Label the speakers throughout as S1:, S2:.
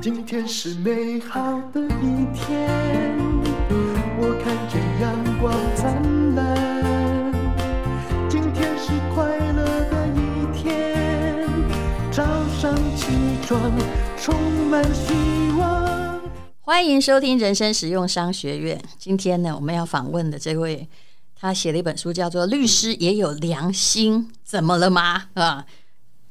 S1: 今天是美好的一天，我看见阳光灿烂。今天是快乐的一天，早上起床充满希望。
S2: 欢迎收听人生实用商学院。今天呢，我们要访问的这位，他写了一本书，叫做《律师也有良心》，怎么了吗？啊，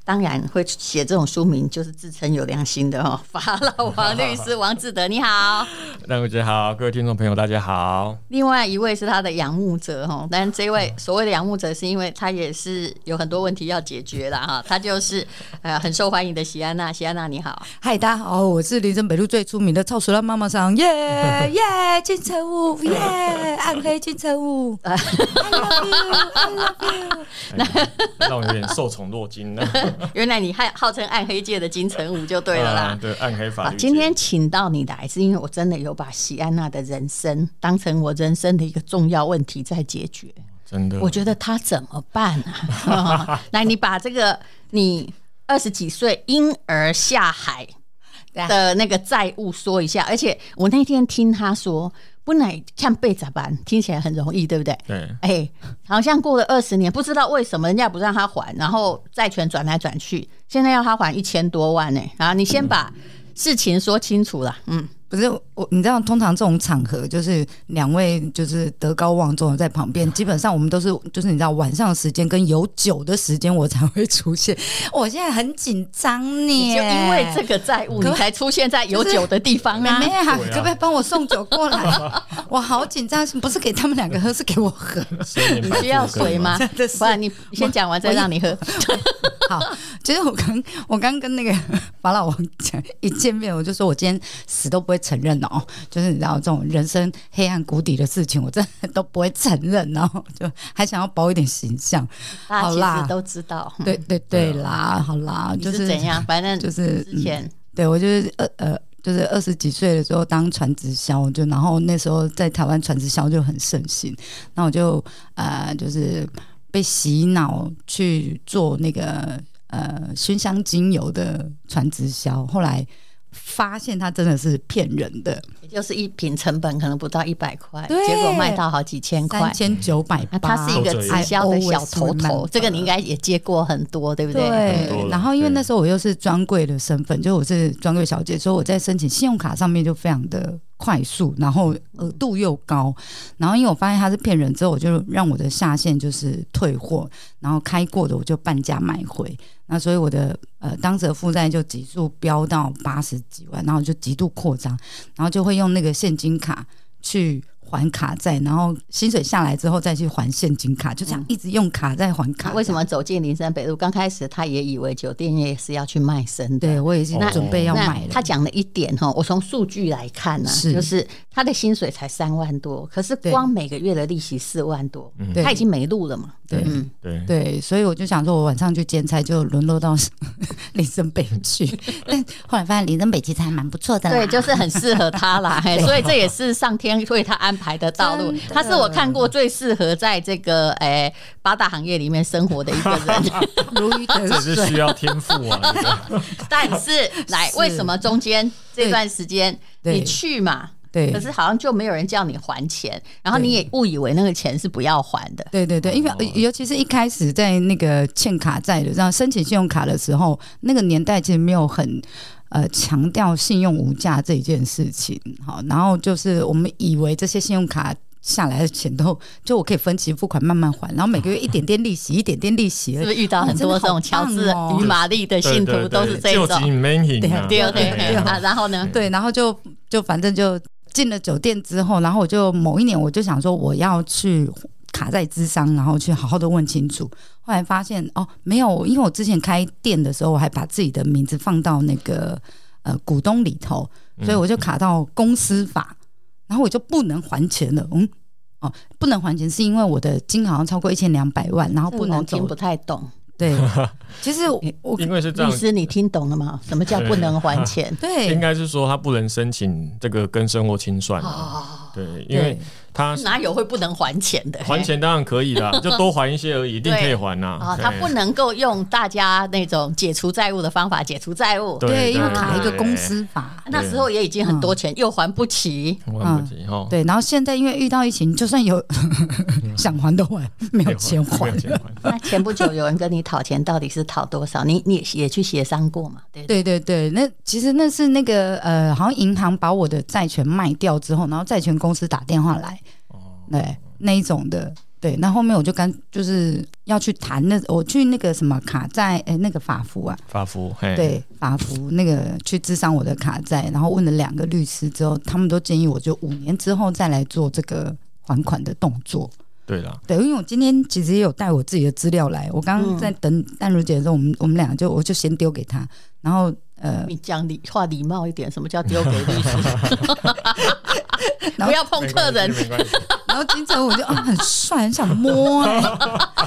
S2: 当然会写这种书名，就是自称有良心的哦。法老 王律师王志德，你好。
S3: 大伟姐好，各位听众朋友大 家好。
S2: 另外一位是他的仰慕者哈，但这位所谓的仰慕者，是因为他也是有很多问题要解决啦哈。他就是呃很受欢迎的席安娜，席安娜你好。
S4: 嗨，大家好，我是林森北路最出名的超熟辣妈妈 桑，耶耶，金城武，耶，暗黑金城 武，I love you，I love you。
S3: 哎让我有点受宠若惊了。
S2: 原来你还号称暗黑界的金城武就 对了啦。
S3: 啊对，暗黑法
S2: 啊
S3: 律，界。
S2: 今天请到你来，是因为我真的有把席安娜的人生当成我人生的一个重要问题在解决。
S3: 真的，
S2: 我觉得她怎么办啊？ 来，你把这个你二十几岁婴儿下海
S4: 对啊
S2: 的那个债务说一下。而且我那天听她说，本来看背咋办，听起来很容易，对不对？
S3: 对
S2: 哎、好像过了二十年，不知道为什么人家不让他还，然后债权转来转去，现在要他还一千多万呢、啊，你先把
S4: 嗯
S2: 事情说清楚啦。嗯，
S4: 不是我，你知道，通常这种场合就是两位就是德高望重的在旁边，基本上我们都是就是你知道晚上的时间跟有酒的时间我才会出现。 我现在很紧张
S2: 你
S4: 呢，
S2: 就因为这个债务，
S4: 可
S2: 你才出现在有酒的地方
S4: 妹
S2: 啊。
S4: 妹啊，
S3: 对啊
S4: 可不可以帮我送酒过 来？我好紧张，不是给他们两个喝，是给我喝。
S3: 千年
S2: 你
S3: 百
S2: 需要
S3: 富更
S2: 水吗？
S4: 真的是
S2: 不然你先讲完再让你喝。
S4: 好，其实我刚我刚跟那个法老王讲，一见面我就说我今天死都不会承认哦，就是你知道这种人生黑暗谷底的事情，我真的都不会承认哦， 就还想要保一点形象。
S2: 大家
S4: 好
S2: 啊其
S4: 啦
S2: 实都知道，嗯
S4: 对对对啦，好啦，
S2: 你
S4: 就是嗯
S2: 怎样，反正
S4: 就是
S2: 之前
S4: 对我就是呃呃，就是二十几岁的时候当传直销，就然后那时候在台湾传直销就很盛行，那我就呃就是被洗脑去做那个呃熏香精油的传直销，后来发现它真的是骗人的，
S2: 也就是一瓶成本可能不到一百块，
S4: 对
S2: 结果卖到好几千
S4: 三
S2: 块。
S4: 千九百
S2: 那
S4: 八
S2: 他。啊是一个
S3: 都这
S2: 直
S3: 样
S2: 销的小
S4: I always
S2: 头头，
S4: remember
S2: 这个你应该也接过很多，对不嗯对？
S3: 很多
S4: 对，嗯
S3: 了
S4: 然后因为
S3: 对
S4: 那时候我又是专柜的身份，就我是专柜小姐，所以我在申请信用卡上面就非常的快速，然后额度又高。然后因为我发现他是骗人之后，我就让我的下线就是退货，然后开过的我就半价买回。那所以我的呃当时的负债就急速飙到八十几万，然后就极度扩张，然后就会用那个现金卡去。还卡债，然后薪水下来之后再去还现金卡，就这样一直用卡在还卡。
S2: 为什么走进林森北路？刚开始他也以为酒店业是要去卖身的。
S4: 对我也是
S3: 那
S4: 准备要
S2: 哦那
S4: 买了。
S2: 他讲了一点哈，我从数据来看呢、啊
S4: 是
S2: 就是他的薪水才三万多，可是光每个月的利息四万多，
S4: 对
S2: 他已经没路了嘛。
S4: 嗯对
S2: 嗯，
S3: 对
S4: 对，所以我就想说，我晚上去兼差，就沦落到 林森北 去。但后来发现林森北其实还蛮不错的啦。
S2: 对，就是很适合他啦， 嘿所以这也是上天为他安排的道路
S4: 真的。
S2: 他是我看过最适合在这个诶、八大行业里面生活的一个人。
S4: 如鱼得
S3: 这是
S4: 水。
S3: 需要天赋 啊。这个
S2: 但是来，
S4: 是
S2: 为什么中间这段时间
S4: 对
S2: 你去嘛？
S4: 对
S2: 可是好像就没有人叫你还钱，然后你也误以为那个钱是不要还的。
S4: 对对对，因为
S2: 哦
S4: 呃尤其是一开始在那个欠卡债的，这样申请信用卡的时候，那个年代其实没有很呃强调信用无价这一件事情。好，然后就是我们以为这些信用卡。下来的钱都就我可以分期付款慢慢还，然后每个月一点点利息，一点点利息而
S2: 是
S4: 已
S2: 不，是遇到很多这种乔治与玛丽哦的信徒都是这
S3: 对对对就
S2: 种？
S3: 近 making 啊，
S2: 对对
S3: 哎
S2: 对
S3: 呀
S2: 啊，然后呢？
S4: 对，然后就就反正就进了酒店之后，然后我就某一年我就想说我要去卡在智商，然后去好好的问清楚。后来发现哦，没有，因为我之前开店的时候，我还把自己的名字放到那个呃股东里头，所以
S3: 嗯
S4: 我就卡到公司法，然后我就不能还钱了。嗯，哦，不能还钱是因为我的金额好像超过一千两百万，然后不
S2: 不能
S4: 能
S2: 听
S4: 走
S2: 不。太懂，
S4: 对， 其实我我
S3: 因为是这
S2: 律
S3: 样，
S2: 师你听懂了吗？什么叫不能还钱？
S4: 对
S3: 应该是说他不能申请这个跟生活清算啊。
S2: 哦，
S3: 对，因为
S4: 对
S3: 他
S2: 哪有会不能还钱的？
S3: 还钱当然可 以啦，就多还一些而已，一定可以还呐。
S2: 啊，他
S3: 嘿
S2: 不能够用大家那种解除债务的方法解除债务。
S3: 对对
S4: 因为
S3: 对
S4: 卡一个
S3: 对
S4: 公司法。
S2: 那时候也已经很多钱，又还不起，
S3: 还不及
S2: 嗯
S3: 哈，
S4: 对，然后现在因为遇到疫情，就算有 想还都还，没有钱
S3: 嗯没
S4: 还
S3: 有。钱还。
S2: 那前不久有人跟你讨钱，到底是讨多少？你你也去协商过嘛？对不对
S4: 对对对，那其实那是那个呃，好像银行把我的债权卖掉之后，然后债权公司打电话来，
S3: 哦
S4: 对那一种的，对。那后面我就干就是要去谈那我去那个什么卡债，哎、那个法服啊，
S3: 发福，嘿，
S4: 对法服那个去治伤我的卡债，然后问了两个律师之后，他们都建议我就五年之后再来做这个还款的动作。
S3: 对啦，
S4: 对，因为我今天其实也有带我自己的资料来，我刚刚在
S3: 嗯
S4: 等淡如姐的时候，我们我们俩就我就先丢给她，然后呃，
S2: 你讲礼话礼貌一点，什么叫丢给 律师？
S4: 然后
S2: 不要碰客人，
S3: 没 关系，
S4: 然后金城武就啊很帅，很想摸、欸，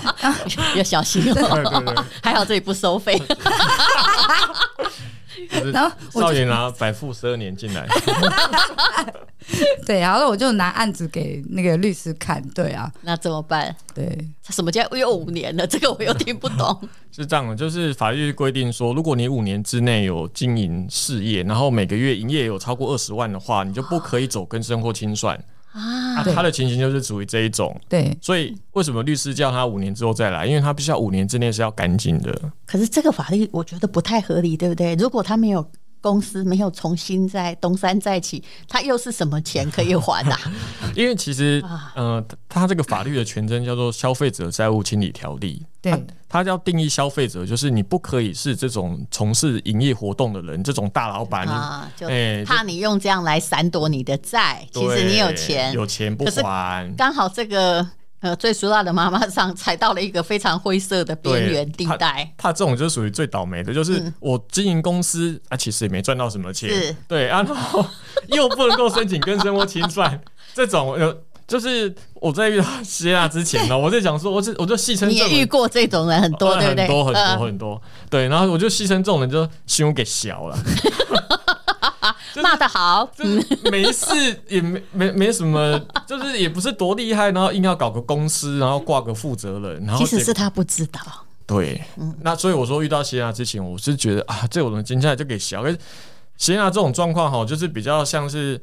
S2: 要小心哦。
S3: 对对对，
S2: 还好这里不收费，
S3: 就是
S4: 然后我
S3: 少
S4: 就
S3: 爷拿百富十二年进来，
S4: 对，然后我就拿案子给那个律师看，对啊，
S2: 那怎么办？
S4: 对，
S2: 什么叫又五年了？这个我又听不懂。
S3: 是这样的，就是法律规定说，如果你五年之内有经营事业，然后每个月营业有超过二十万的话，你就不可以走更生或清算啊。
S4: 对
S3: 他的情形就是属于这一种，
S4: 对，
S3: 所以为什么律师叫他五年之后再来？因为他必须要五年之内是要干净的。
S2: 可是这个法律我觉得不太合理，对不对？如果他没有公司没有重新在东山再起，他又是什么钱可以还啊？
S3: 因为其实
S2: 啊，
S3: 呃，它这个法律的全称叫做《消费者债务清理条例》。
S4: 对
S3: 它，它要定义消费者，就是你不可以是这种从事营业活动的人，这种大老板。
S2: 啊，就
S3: 哎
S2: 怕你用这样来闪躲你的债，
S3: 就
S2: 其实你有
S3: 对
S2: 钱，
S3: 有钱不
S2: 可是
S3: 还。
S2: 刚好这个呃最俗辣的妈妈上踩到了一个非常灰色的边缘地带。嗯
S3: 他这种就属于最倒霉的，就是我经营公司、啊，其实也没赚到什么
S2: 是
S3: 钱，对啊，然后又不能够申请跟生活清 算，这种呃，就是我在遇到希腊之前呢，我在想说，我是我就戏称
S2: 你
S3: 这
S2: 也
S3: 种
S2: 遇过这种人很多，
S3: 呃
S2: 对不对？
S3: 很多很
S2: 呃
S3: 多很多，对，然后我就牺牲这种人，就形容给小了，就是
S2: 骂得好，
S3: 就是没事也没没没什么，就是也不是多厉害，然后硬要搞个公司，然后挂个负责人，然后嗯
S2: 其实
S3: 结
S2: 是他不知道。
S3: 对，那所以我说遇到希腊之前，我是觉得啊，这种人接下来就给小，可是希腊这种状况哈，就是比较像是。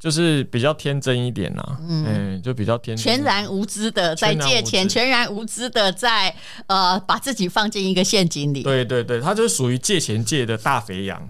S3: 就是比较天真一点啦、嗯、就比较天真
S2: 全然无知的在
S3: 全然无
S2: 借
S3: 知
S2: 钱，全然无知的在呃把自己放进一个陷阱里
S3: 对对对，他就是属于借钱界的大肥羊，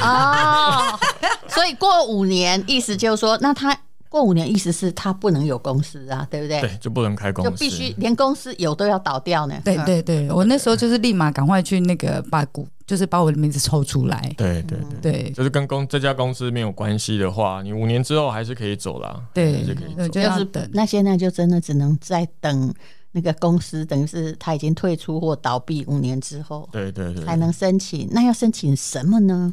S2: 哦， 所以过五年，意思就是说，那他过五年，意思是他不能有公司啊，对不对？
S3: 对，就不能开公
S2: 就
S3: 司，
S2: 必须连公司有都要倒掉呢。
S3: 啊
S4: 对
S2: 嗯
S4: 对对，我那时候就是立马赶快去那个把股，就是把我的名字抽出来，
S3: 对对对，
S4: 对
S3: 就是跟公这家公司没有关系的话，你五年之后还是可以走啦，哎还
S4: 对
S3: 是可以，
S4: 我
S3: 走。
S4: 就
S2: 要
S4: 要
S2: 是
S4: 等，
S2: 那现在就真的只能再等那个公司，等于是他已经退出或倒闭五年之后
S3: 对对对，
S2: 才能申请。那要申请什么呢？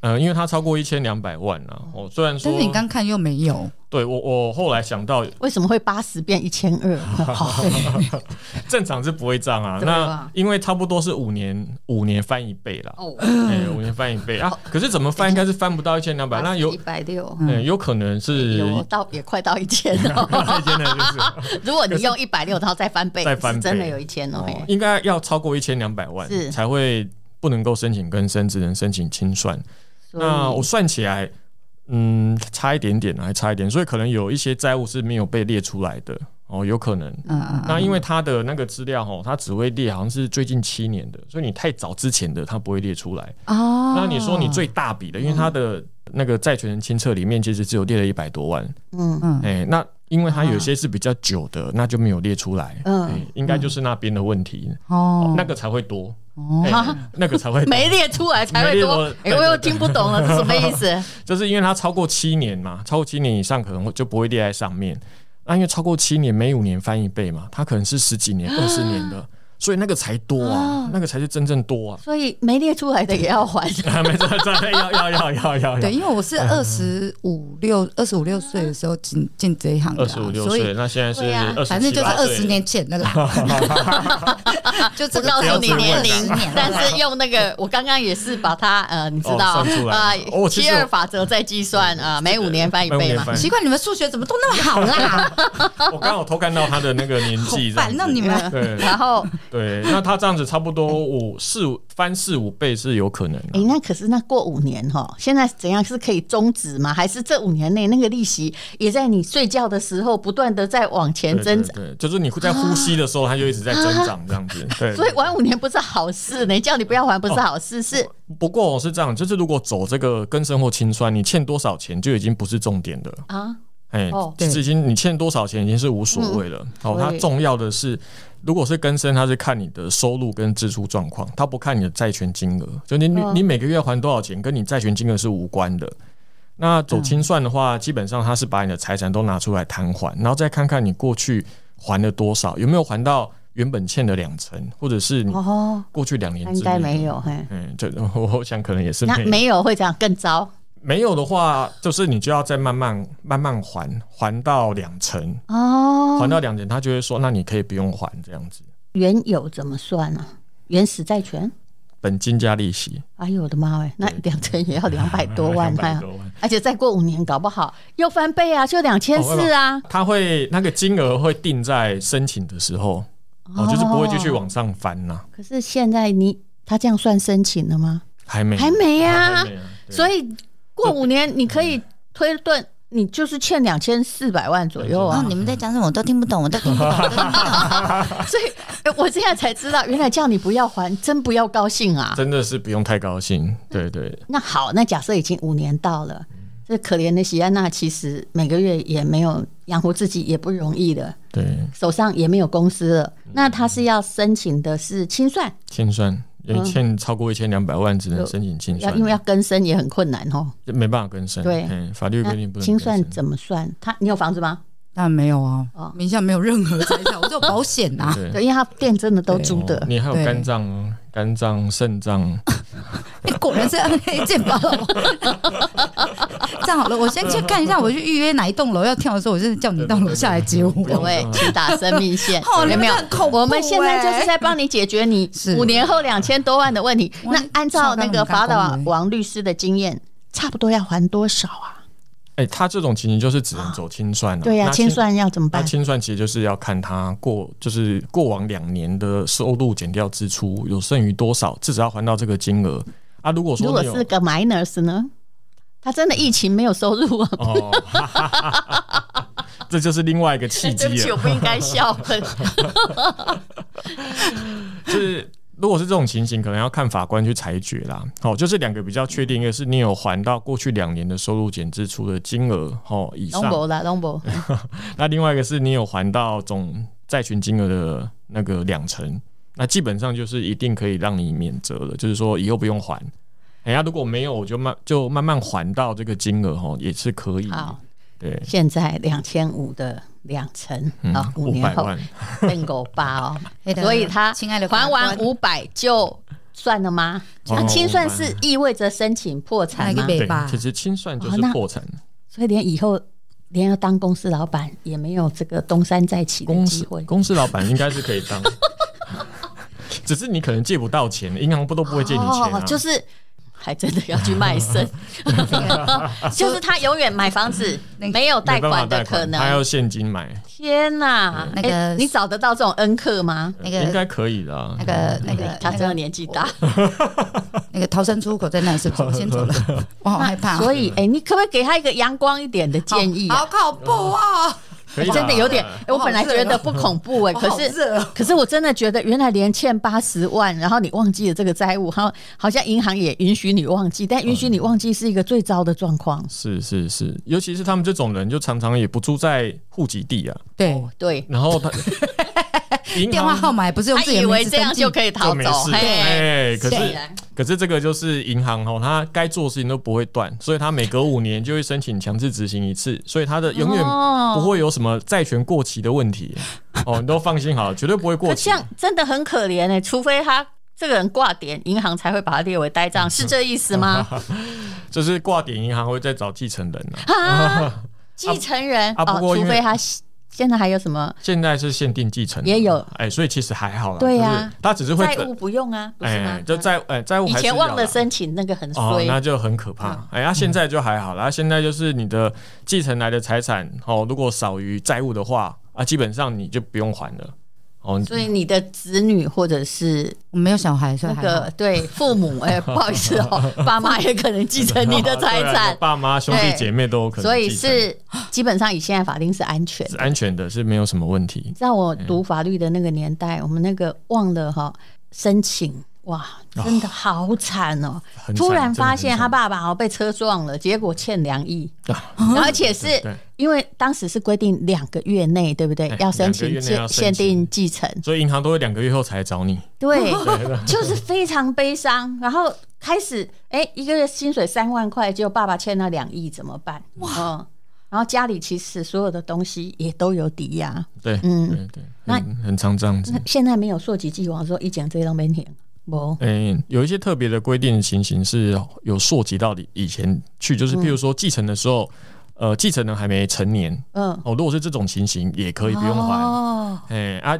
S3: 呃，因为它超过一千两百万啊。哦，虽然说，
S4: 但是你刚看又没有，
S3: 对我我后来想到，
S2: 为什么会八十变一千 二？哦好
S3: 正常是不会涨啊。
S2: 对
S3: 那
S2: 吧
S3: 因为差不多是五年，五年翻一倍啦。
S2: 哦，
S3: 哎，五年翻一倍啊。可是怎么翻，应该是翻不到一千两百。那有
S2: 一，百六。
S3: 嗯，有可能是
S2: 有到也快到一千 哦，
S3: 那真的就是
S2: 如果你用一百六，然后再翻倍，
S3: 再翻
S2: 是
S3: 倍
S2: 真的有一千 哦。嘿
S3: 应该要超过一千两百万
S2: 是
S3: 才会不能够申请更生，只能申请清算。
S2: 所以
S3: 那我算起来，嗯，差一点点啊，还差一点，所以可能有一些债务是没有被列出来的哦，有可能。
S4: 嗯嗯
S3: 那因为他的那个资料哦，他只会列好像是最近七年的，所以你太早之前的他不会列出来。
S2: 哦，
S3: 那你说你最大笔的，因为他的那个债权人清册里面其实只有列了一百多万，
S2: 嗯
S4: 嗯
S3: 哎、那因为他有些是比较久的，那就没有列出来，
S2: 嗯
S3: 哎应该就是那边的问题，
S4: 哦，
S3: 那个才会多，
S4: 哦
S3: 哎那个才 会多
S2: 没列出来才会多
S3: 没列，
S2: 哎，
S3: 对对
S2: 我又
S3: 对
S2: 听不懂了，是什么意思？
S3: 就是因为它超过七年嘛，超过七年以上可能会就不会列在上面。那因为超过七年，每五年翻一倍嘛，它可能是十几年、二十年的，所以那个才多啊，
S2: 哦
S3: 那个才是真正多啊。
S2: 所以没列出来的也要还。
S3: 没错，真的要要要要要
S4: 对，
S3: 要。
S4: 因为我是二十五六、二十五六岁的时候进进这一行的、
S3: 二
S4: 啊，
S3: 十五六
S4: 所
S3: 岁，
S4: 以
S3: 那现在是
S2: 对啊
S3: 二十，
S4: 反正就是二十。年前 的啦。 就这
S2: 不
S4: 个
S2: 告诉你
S3: 不要
S2: 年
S3: 自
S2: 龄
S3: 问
S4: 啊，
S2: 但是用那个，我刚刚也是把它呃，你知道
S3: 哦算出来
S2: 啊
S3: 哦我，其实
S2: 七
S3: 我嗯
S2: 二法则在计算啊，每五年翻一
S3: 每五
S2: 倍
S3: 年
S2: 嘛。
S3: 翻
S4: 奇怪，你们数学怎么都那么好 啦？
S3: 我刚好偷看到他的那个年
S4: 好
S3: 纪，
S4: 烦哦，你们。
S3: 对
S2: 然后，
S3: 对，那他这样子差不多五四五翻四五倍是有可能的
S2: 哎、。那可是那过五年哈，现在怎样是可以终止吗？还是这五年内那个利息也在你睡觉的时候不断的在往前
S3: 对
S2: 增
S3: 对
S2: 长？
S3: 对，就是你在呼吸的时候，它就一直在增长这样 子。对，
S2: 所以晚五年不是好事呢，叫你不要还不是好事，是
S3: 不过哦我是这样，就是如果走这个跟生活清算，你欠多少钱就已经不是重点的了。
S2: 啊，
S3: 哎
S2: 哦，嗯
S3: 这、已经你欠多少钱已经是无所谓了。哦，它
S2: 对
S3: 重要的是，如果是更生，它是看你的收入跟支出状况，它不看你的债权金额。就你、你
S2: 哦
S3: 你每个月还多少钱，跟你债权金额是无关的。那走清算的话，基本上它是把你的财产都拿出来摊还，然后再看看你过去还了多少，有没有还到原本欠的两成，或者是你
S2: 哦，
S3: 过去两年
S2: 那
S3: 之
S2: 应该
S3: 内
S2: 没有嘿。
S3: 嗯，这我想可能也是
S2: 那
S3: 没有
S2: 没有会这样更糟
S3: 没有的话，就是你就要再慢慢慢慢还，还到两成，
S2: 哦
S3: 还到两成，他就会说，那你可以不用还这样子，
S2: 原有怎么算呢、原始债权？
S3: 本金加利息，
S2: 哎呦我的妈喂，那两成也要两百 多万
S3: 200
S2: 哎呀
S3: 多万
S2: 而且再过五年搞不好又翻倍啊，就两千四啊。
S3: 他会那个金额会定在申请的时候，哦，就是不会继续往上翻呐、
S2: 可是现在你他这样算申请了吗？
S3: 还没，
S2: 还没啊
S3: 还没啊，对
S2: 所以过五年你可以推断，你就是欠两千四百万左右
S4: 然
S2: 啊
S4: 哦后。你们在讲什么，我都听不懂，我都听不懂， 我都听不 懂。
S2: 所以呃我现在才知道，原来叫你不要还，真不要高兴 啊。
S3: 真的是不用太高兴，对对，
S2: 那好，那假设已经五年到了，这可怜的席安娜其实每个月也没有养活自己，也不容易的，
S3: 对，
S2: 手上也没有公司了。
S3: 嗯
S2: 那她是要申请的是清算，
S3: 清算。因为欠超过一千两百万，只能申请清
S2: 嗯要
S3: 算，
S2: 因为要更生也很困难哦。
S3: 没办法更生。
S2: 对
S3: 嗯法律规定不
S2: 那
S3: 能
S2: 清
S3: 更
S2: 算
S3: 生
S2: 怎么算？她你有房子吗？
S4: 但没有啊
S2: 哦，
S4: 名下没有任何财 产，我只有保险呐、啊。
S3: 对
S2: 对，因为她店真的都租
S3: 哦
S2: 的。
S3: 你还有
S4: 对
S3: 肝脏哦，肝脏、肾脏，
S4: 哎、果然是暗黑健保。这样好了，我先去看一下，我去预约哪一栋楼要跳的时候，我就是叫你到楼下来接我。
S2: 各位，请打生命线
S4: 哦，你
S2: 有
S4: 们
S2: 没有
S4: 真的很恐？怖
S2: 我们现在就是在帮你解决你
S4: 是
S2: 五年后两千多万的问题。
S4: 哇
S2: 那按照那个法
S4: 超高
S2: 老
S4: 的
S2: 王律师的经验，差不多要还多少啊？
S3: 哎、他这种情形就是只能走清算了、啊
S2: 对呀、
S3: 那
S2: 清。算要怎么
S3: 那
S2: 办？
S3: 清算其实就是要看他过，就是过往两年的收入减掉支出有剩余多少，至少要还到这个金额啊。如果
S2: 如
S3: 说
S2: 果
S3: 你有
S2: 是个 minus 呢？他真的疫情没有收入啊！
S3: 哦，哈哈哈哈这就是另 外一个 契
S2: 对不
S3: 机
S2: 起，我
S3: 了。
S2: 不应该 笑。
S3: 就是如果是这种情形，可能要看法官去裁决啦。好、就是两个比较确定，一个是你有还到过去两年的收入减支出的金额哦以上
S2: 龙，博啦，龙博，
S3: 那另外一个是你有还到总债权金额的那个两成，那基本上就是一定可以让你免责了，就是说以后不用还。哎呀，如果没有，我就慢就慢慢还到这个金额哦，也是可以。
S2: 好，
S3: 对，
S2: 现在两千五的两成
S3: 嗯
S2: 啊，，五
S3: 五
S2: 年
S3: 百
S2: 后
S3: 万，
S2: 认狗八 哦，
S4: 对的
S2: 所以他
S4: 亲爱的法
S2: 还
S4: 官
S2: 完五百就算了吗？
S3: 哦
S2: 那清算是意味着申请破产
S4: 那
S2: 吗
S4: 个？北
S3: 对
S4: 吧，
S3: 其，实清算就
S2: 哦
S3: 是
S2: 那
S3: 破产。
S2: 所以连以后连要当公司老板也没有这个东山再起的
S3: 公
S2: 机
S3: 司
S2: 会。
S3: 公司老板应该是可以 当，只是你可能借不到钱，银行不都不会借你钱啊？
S2: 哦就是是还真的要去卖 身， 就是他永远买房子
S4: 那个
S2: 没有贷
S3: 没办法
S2: 款
S3: 贷
S2: 的
S3: 款
S2: 可，
S3: 他
S2: 能。
S3: 要现金买，
S2: 天哪，
S4: 那个
S2: 哎你找得到这种恩客吗？
S4: 那个
S3: 应该可以的啊。
S4: 那个那个
S2: 他
S4: 那
S2: 真
S4: 个
S2: 的年纪大，
S4: 那个逃生出口在那是不是？我先 走了，我好害怕。啊
S2: 所以哎，你可不可以给他一个阳光一点的建议啊
S4: 好？恐怖哦！
S3: 可以啦
S2: 真的有点，哎我本来觉得不恐怖哎，
S4: 我
S2: 可
S4: 好
S2: 是
S4: 热哦
S2: 可是我真的觉得，原来连欠八十万，然后你忘记了这个债务，好，好像银行也允许你忘记，但允许你忘记是一个最糟的状况。
S3: 是是是，尤其是他们这种人，就常常也不住在户籍地啊，
S4: 对，
S2: 对，
S3: 然 后他银行
S4: 电话号码也不是用
S2: 他
S4: 自己
S2: 以
S4: 的名
S2: 为
S4: 字
S2: 这样
S4: 登记
S2: 就可以
S3: 就
S2: 逃
S3: 没
S2: 走，
S3: 事，
S2: 嘿
S3: 哎，可
S2: 显
S3: 是
S2: 然
S3: 可是这个就是银行哦，它该做的事情都不会断，所以它每隔五年就会申请强制执行一次，所以它的永远
S2: 哦
S3: 不会有什么债权过期的 问题。哦，你都放心好了，绝对不会过
S2: 可
S3: 期
S2: 这。样真的很可怜哎、除非他这个人挂点，银行才会把他列为呆账，是这意思 吗？
S3: 啊就是挂点银行会再找继承人啊。
S2: 啊，继承人
S3: 啊不
S2: 哦，
S3: 过
S2: 除
S3: 因为
S2: 非他现在还有什么
S3: 现在是限定继承人
S2: 也有
S3: 哎，所以其实还好啦。
S2: 对呀
S3: 就是他只是会
S2: 债务
S3: 等，
S2: 不用啊，不是吗
S3: 哎，？就债哎债务
S2: 以
S3: 还是
S2: 前
S3: 要
S2: 忘了
S3: 啦
S2: 申请，那个很
S3: 哦，
S2: 衰。
S3: 那就很可怕。
S2: 啊
S3: 哎，
S2: 嗯
S3: 呀、现在就还好啦，现在就是你的继承来的财产哦，如果少于债务的话啊，基本上你就不用还了。哦，
S2: 所以你的子女或者是
S4: 我没有小孩，所以
S2: 那
S4: 还好
S2: 个。对父母， 哎，不好意思哦，爸妈也可能继承你的财
S3: 对啊
S2: 产
S3: 有，爸妈、兄弟姐妹都有可能
S2: 所以
S3: 继承
S2: 是哦基本上以现在法定是安全
S3: 是
S2: 的。
S3: 安全的，是没有什么问题
S2: 你。知道我
S3: 嗯
S2: 读法律的那个年代，我们那个忘了哈申请，哇，真的好惨哦！
S3: 啊很
S2: 突
S3: 惨
S2: 然
S3: 真的
S2: 发
S3: 很
S2: 现
S3: 惨
S2: 他爸爸哦被车撞了，结果欠两 亿，
S3: 啊
S2: 而且是
S3: 对对
S2: 因为当时是规定两个月内，对不对
S3: 哎？
S2: 要申
S3: 两个
S2: 请
S3: 月内要
S2: 限
S3: 申请
S2: 限定继承，
S3: 所以银行都会两个月后才来找你。
S2: 对，就是非常悲伤。然后开始，哎，一个月薪水三万块，结果爸爸欠了两亿，怎么办？哇、然后家里其实所有的东西也都有抵押，
S3: 对，
S2: 嗯
S3: 对对，
S2: 那
S3: 很很常这样子
S2: 那。现在没有溯及既往说一讲这都没听，不，
S3: 嗯、有一些特别的规定情形是有溯及到以以前去，就是
S2: 嗯
S3: 譬如说继承的时候，呃，继承人还没成年，
S2: 嗯，
S3: 哦，如果是这种情形，也可以不用还。
S2: 哦，
S3: 哎、啊，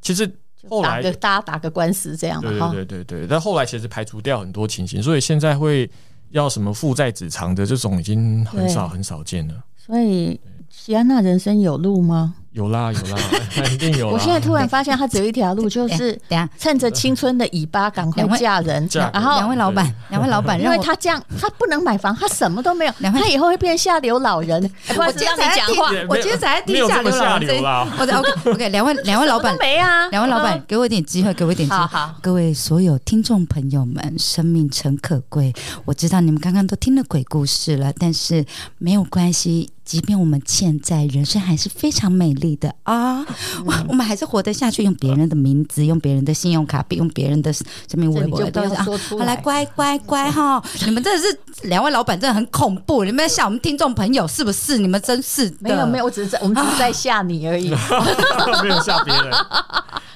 S3: 其实后
S2: 打
S3: 来
S2: 个
S3: 对
S2: 大家打个官司这样嘛，哈，
S3: 对对对对，但后来其实排除掉很多情形，所以现在会要什么负债子偿的这种已经很少
S2: 对
S3: 很少见了。
S2: 所以。喜安娜人生有路吗？
S3: 有啦有啦， 一定有啦。
S2: 我现在突然发现，她只有一条路，就是
S4: 啊 等一下
S2: 趁着青春的尾巴赶快
S4: 两位
S2: 嫁人，
S3: 嫁人
S2: 然后
S4: 两位老板，两位老板，
S2: 因
S4: 让
S2: 为
S4: 我
S2: 他这样，他不能买房，他什么都没有，
S4: 两位
S2: 他以后会变下流老 人。哎不好意思，让你讲话，
S3: 也没有
S4: 我今天才在
S3: 没
S4: 听
S3: 有这
S4: 下
S3: 么
S4: 流
S3: 下
S4: 老板这
S3: 流
S4: 一
S3: 啦。
S4: 我的 OK OK，两位 两位老
S2: 什么
S4: 板
S2: 都，没啊，
S4: 两位老板
S2: 嗯，，
S4: 给我一点机会，给我一点机
S2: 好
S4: 会。
S2: 好，
S4: 各位所有听众朋友们，生命诚可贵。我知道你们刚刚都听了鬼故事了，但是没有关系，即便我们欠债，人生还是非常美丽的啊！
S2: 嗯
S4: 我我们还是活得下去，用别人的名字，用别人的信用卡，用别人的生命微
S2: 这你
S4: 博
S2: 就不
S4: 都
S2: 要
S4: 是啊。
S2: 说出
S4: 好来，
S2: 来。
S4: 乖乖乖哈！ 你们真的是两位老板，真的很恐怖！你们在吓我们听众朋友是不是？你们真是的
S2: 没有没有，我只是在我们只是
S4: 啊
S2: 在吓你而已。
S3: 没有吓 别人。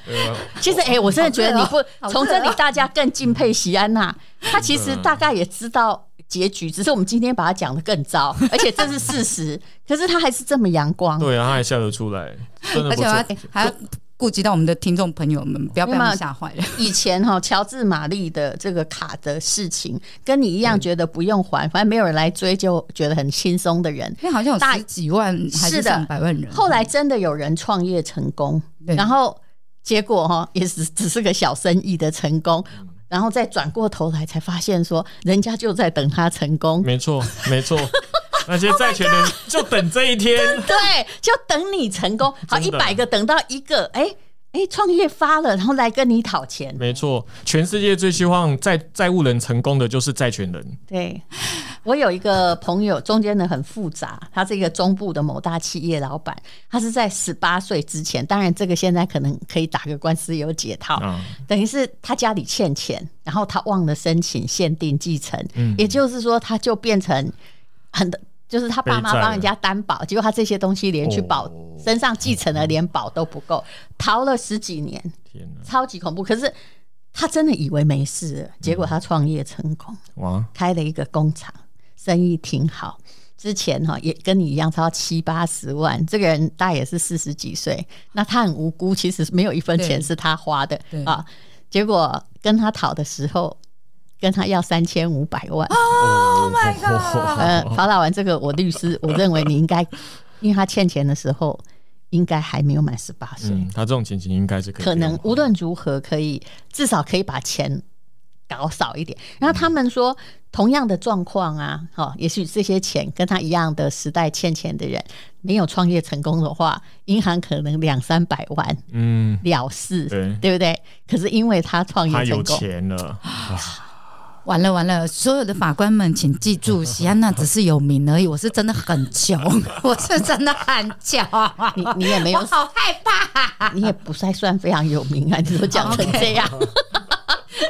S3: 对啊
S2: 其实，哎，我真的觉得你不
S4: 好热哦
S2: 从这里，大家更敬佩席安 娜。她其实大概也知道结局，只是我们今天把她讲的更 糟，而且这是事实。可是她还是这么阳光，
S3: 对啊，他还笑得出来，真的
S4: 而
S3: 不
S4: 且我
S3: 错。
S4: 要还要顾及到我们的听众朋友们，不要被他
S2: 哎没
S4: 们
S2: 有
S4: 吓坏了。
S2: 以前哈、乔治玛丽的这个卡的事情，跟你一样觉得不用
S4: 嗯
S2: 还，反正没有人来追，就觉得很轻松的人。
S4: 因为好像有
S2: 大
S4: 十几万还
S2: 是的
S4: 上百万人，
S2: 后来真的有人创业成功，
S4: 对
S2: 然后结果哈、也只只是个小生意的成功，
S4: 嗯
S2: 然后再转过头来才发现说，人家就在等他成功，
S3: 没错，没 错，那些债权人就等这一天。
S2: 对，就等你成功，好一
S3: 真的
S2: 百个等到一个，哎哎，创业发了，然后来跟你讨钱，
S3: 没错，全世界最希望债债务人成功的就是债权人。
S2: 对，我有一个朋友，中间的很复杂，他是一个中部的某大企业老板，他是在十八岁之前，当然这个现在可能可以打个官司有解套，
S3: 啊
S2: 等于是他家里欠钱，然后他忘了申请限定继承，也就是说他就变成很多。就是他爸妈
S3: 背债了
S2: 帮人家担保，结果他这些东西连去保、
S3: 哦
S2: 身上继承的连保都不够，逃了十几年，
S3: 天哪，
S2: 超级恐怖。可是他真的以为没事了，结果他创业成功。
S3: 哇，
S2: 开了一个工厂，生意挺好。之前哈也跟你一样超七八十万，这个人大概也是四十几岁，那他很无辜，其实没有一分钱
S4: 对
S2: 是他花的
S4: 对
S2: 啊。结果跟他讨的时候，跟他要三千五百万，
S4: 哦
S3: Oh my
S4: god
S2: 呃，法老完这个我律师，我认为你应该，因为他欠钱的时候应该还没有满十八岁，
S3: 嗯，他这种情形应该是可以
S2: 啊
S3: 哦嗯
S2: 可能
S3: 不
S2: 无
S3: 用还
S2: 论如何可以至少可以把钱搞少一点。然后他们说，同样的状况啊，哈、也许这些钱跟他一样的时代欠钱的人，没有创业成功的话，银行可能两三百万
S3: 嗯，
S2: 了事，
S3: 对
S2: 不对？可是因为他创
S3: 他
S2: 业
S3: 有
S2: 成功，
S3: 钱了，
S4: 完了完了，所有的法官们，请记住，席安娜只是有名而已，我是真的很穷， 我是真的很穷，
S2: 你你也没有
S4: 我好害怕。
S2: 你也不再算非常有名啊，你都讲成这样。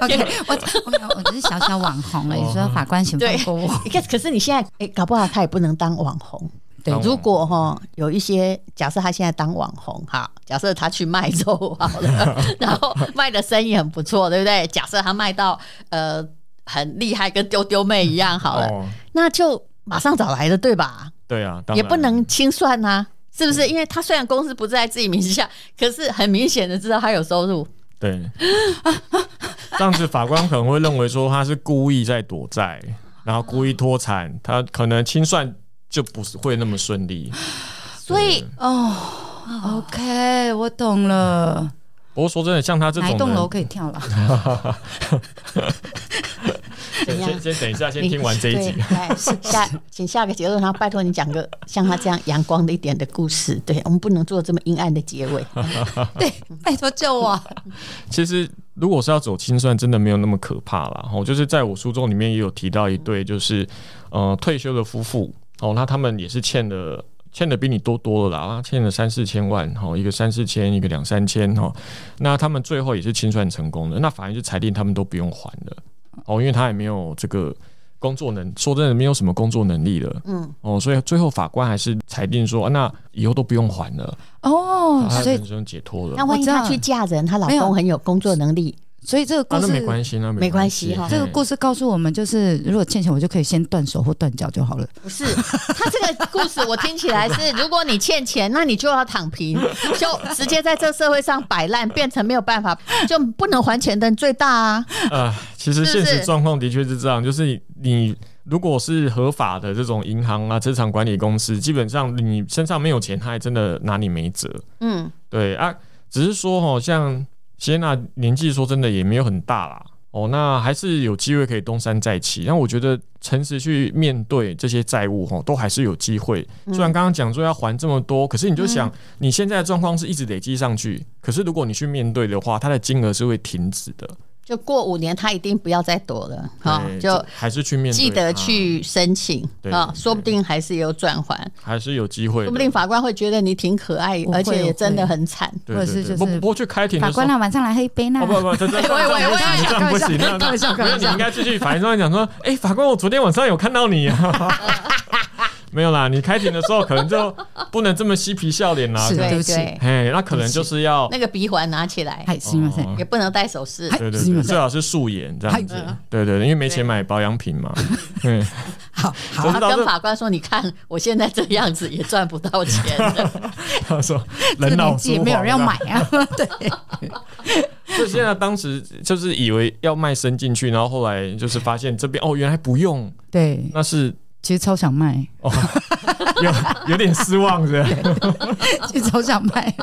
S4: OK，我我我只是小小网红
S3: 哦
S4: 而已，说法官请放过我。
S5: 可可是你现在诶，搞不好他也不能当网红。
S3: 当网
S5: 如果哈有一些假设他现在当网红哈，假设他去卖粥好 了，然后卖的生意很不错，对不对？假设他卖到呃很厉害，跟丢丢妹一样好了，
S3: 哦
S5: 那就马上找来了，对吧？
S3: 对啊，当然
S5: 也不能清算呐、是不是？因为他虽然公司不在自己名下，可是很明显的知道他有收入。
S3: 对。 这样子法官可能会认为说他是故意在躲债，然后故意脱产，他可能清算就不是会那么顺利。
S5: 所以
S4: 哦，OK，我懂了。
S3: 不过说真的，像他这
S4: 哪
S3: 种
S4: 一栋楼
S3: 人，
S4: 可以 跳了？
S2: 怎样
S3: 先先等一下，先
S2: 你
S3: 听完这一集。
S2: 对哎是
S5: 下，请下个结论，然后拜托你讲个像他这样阳光的一点的故事。对我们不能做这么阴暗的结 尾。
S4: 对，拜托救我！
S3: 其实如果是要走清算，真的没有那么可怕啦。哦，就是在我书中里面也有提到一对，就是呃退休的夫妇哦，那他们也是欠了。欠的比你多多了啦，欠了三四千万哦，一个三四千，一个两三千哦。那他们最后也是清算成功的，那法院就裁定他们都不用还了哦，因为他也没有这个工作能，说真的没有什么工作能力了，嗯哦，所以最后法官还是裁定说，啊那以后都不用还了，
S4: 哦，
S3: 他
S4: 所
S3: 的
S4: 以
S3: 人生解脱了，啊
S5: 那万一他去嫁人，她老
S4: 没有
S5: 公很有工作能力，
S4: 所以这个
S3: 啊
S4: 故
S3: 那
S4: 事
S3: 没关系，那
S5: 没关系
S3: 系
S5: 哈
S4: 这个
S3: 嘿
S4: 故事告诉我们，就是如果欠钱，我就可以先断手或断脚就好了。
S5: 不是他这个故事，我听起来是，如果你欠钱，那你就要躺 平，就直接在这社会上摆烂，变成没有办法，就不能还钱的人最大啊。
S3: 啊、其实
S5: 是不
S3: 现
S5: 是
S3: 实状况的确是这样，就是你如果是合法的这种银行啊、资产管理公司，基本上你身上没有钱，他还真的拿你没辙。
S2: 嗯，
S3: 对啊，只是说哦，像谢娜年纪说真的也没有很大啦，哦，那还是有机会可以东山再起。那我觉得诚实去面对这些债务哦，都还是有机会。
S5: 嗯
S3: 虽然刚刚讲说要还这么多，可是你就想、你现在的状况是一直累积上去，可是如果你去面对的话，它的金额是会停止的。
S2: 就过五年他一定不要再躲了哈
S3: 对，
S2: 就
S3: 还是去面对它，
S2: 记得去申请
S3: 对
S2: 啊，
S3: 对
S2: 说不定还是有转还，
S3: 还是有机会的，
S2: 说不定法官会觉得你挺可爱，
S4: 我会
S2: 而且
S4: 我
S2: 也
S4: 会
S2: 真的很惨。
S3: 对
S4: 或者是
S3: 对对
S4: 就是
S3: 不不不过去开庭的
S4: 法
S3: 时候
S4: 官。啊，晚上来喝一杯呢
S3: 哦。不不，这这这
S2: 喂喂喂
S3: 这样不行，这样
S4: 开
S3: 不行，
S4: 玩笑
S3: 那
S4: 开玩笑
S3: 那你应该继续反应上讲说，哎，法官，我昨天晚上有看到你啊。没有啦，你开庭的时候可能就不能这么嬉皮笑脸啦
S4: 是，
S2: 啊对
S4: 对不哎起
S2: 对，
S3: 哎，那可能就是要
S2: 那个鼻环拿起来，
S4: 嗨，すみませ
S3: 哦
S4: ん。
S2: 也不能戴首饰。
S4: 嗨
S3: 对对
S4: す
S3: 对，
S4: みませ
S3: 最
S4: ん。
S3: 好是素颜
S4: 哎
S3: 这样子
S2: 嗯，
S3: 对对对，因为没钱买保养品嘛。嗯，
S4: 好好，
S3: 我
S2: 然
S3: 知
S2: 后
S3: 道
S2: 跟
S3: 这
S2: 法官说：“你看，我现在这样子也赚不到钱 了
S3: 他说
S4: 这
S3: 人
S4: 个
S3: 老
S4: 年
S3: 珠
S4: 纪也没有人要
S3: 黄
S4: 买 啊。对，
S3: 所以现在当时就是以为要卖身进去，然后后来就是发现这边哦，原来不用，
S4: 对，
S3: 那是
S4: 其实超想卖，
S3: 哦 有有点失望是不是
S4: 其实超想卖。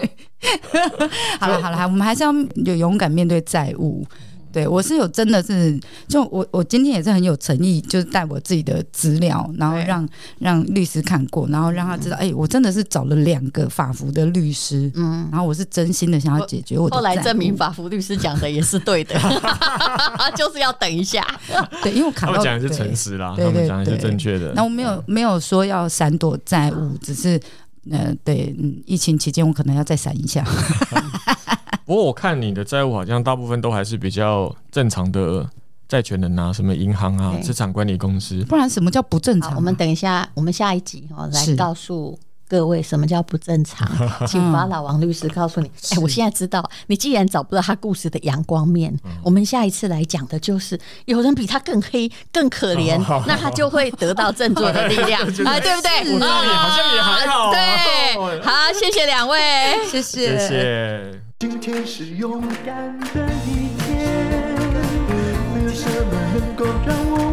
S4: 好了好了，好我们还是要有勇敢面对债务。对我是有真的是，就我我今天也是很有诚意，就是带我自己的资料，然后
S2: 对嗯
S4: 让让律师看过，然后让他知道，哎、我真的是找了两个法服的律师，嗯，然后我是真心的想要解决我的债务。
S2: 后来证明法服律师讲的也是对的， 就是要等一下。
S4: 对，因为我 卡
S3: 他
S4: 到
S3: 们讲的是
S4: 对
S3: 诚实啦，
S4: 对
S3: 他们
S4: 对
S3: 讲的是正确的
S4: 那。我
S2: 嗯
S4: 没有没有说要闪躲债务，只是呃，对，嗯，疫情期间我可能要再闪一下。
S3: 不过我看你的债务好像大部分都还是比较正常的债权人啊，什么银行啊、
S2: 对
S3: 资产管理公司。
S4: 不然什么叫不正常
S2: 好，
S4: 啊？
S2: 我们等一下，我们下一集哦，来
S4: 是
S2: 告诉各位什么叫不正 常，请法老王律师告诉你。哎、我现在知道，你既然找不到他故事的阳光面，
S3: 嗯
S2: 我们下一次来讲的就是有人比他更黑、更可怜，
S3: 哦
S2: 那他就会得到振作的力 量，哎，对不对？
S3: 我知道你好像也还好啊
S2: 对，好，谢谢两位。
S4: 谢谢
S3: 谢谢。
S1: 今天是勇敢的一天，没有什么能够让我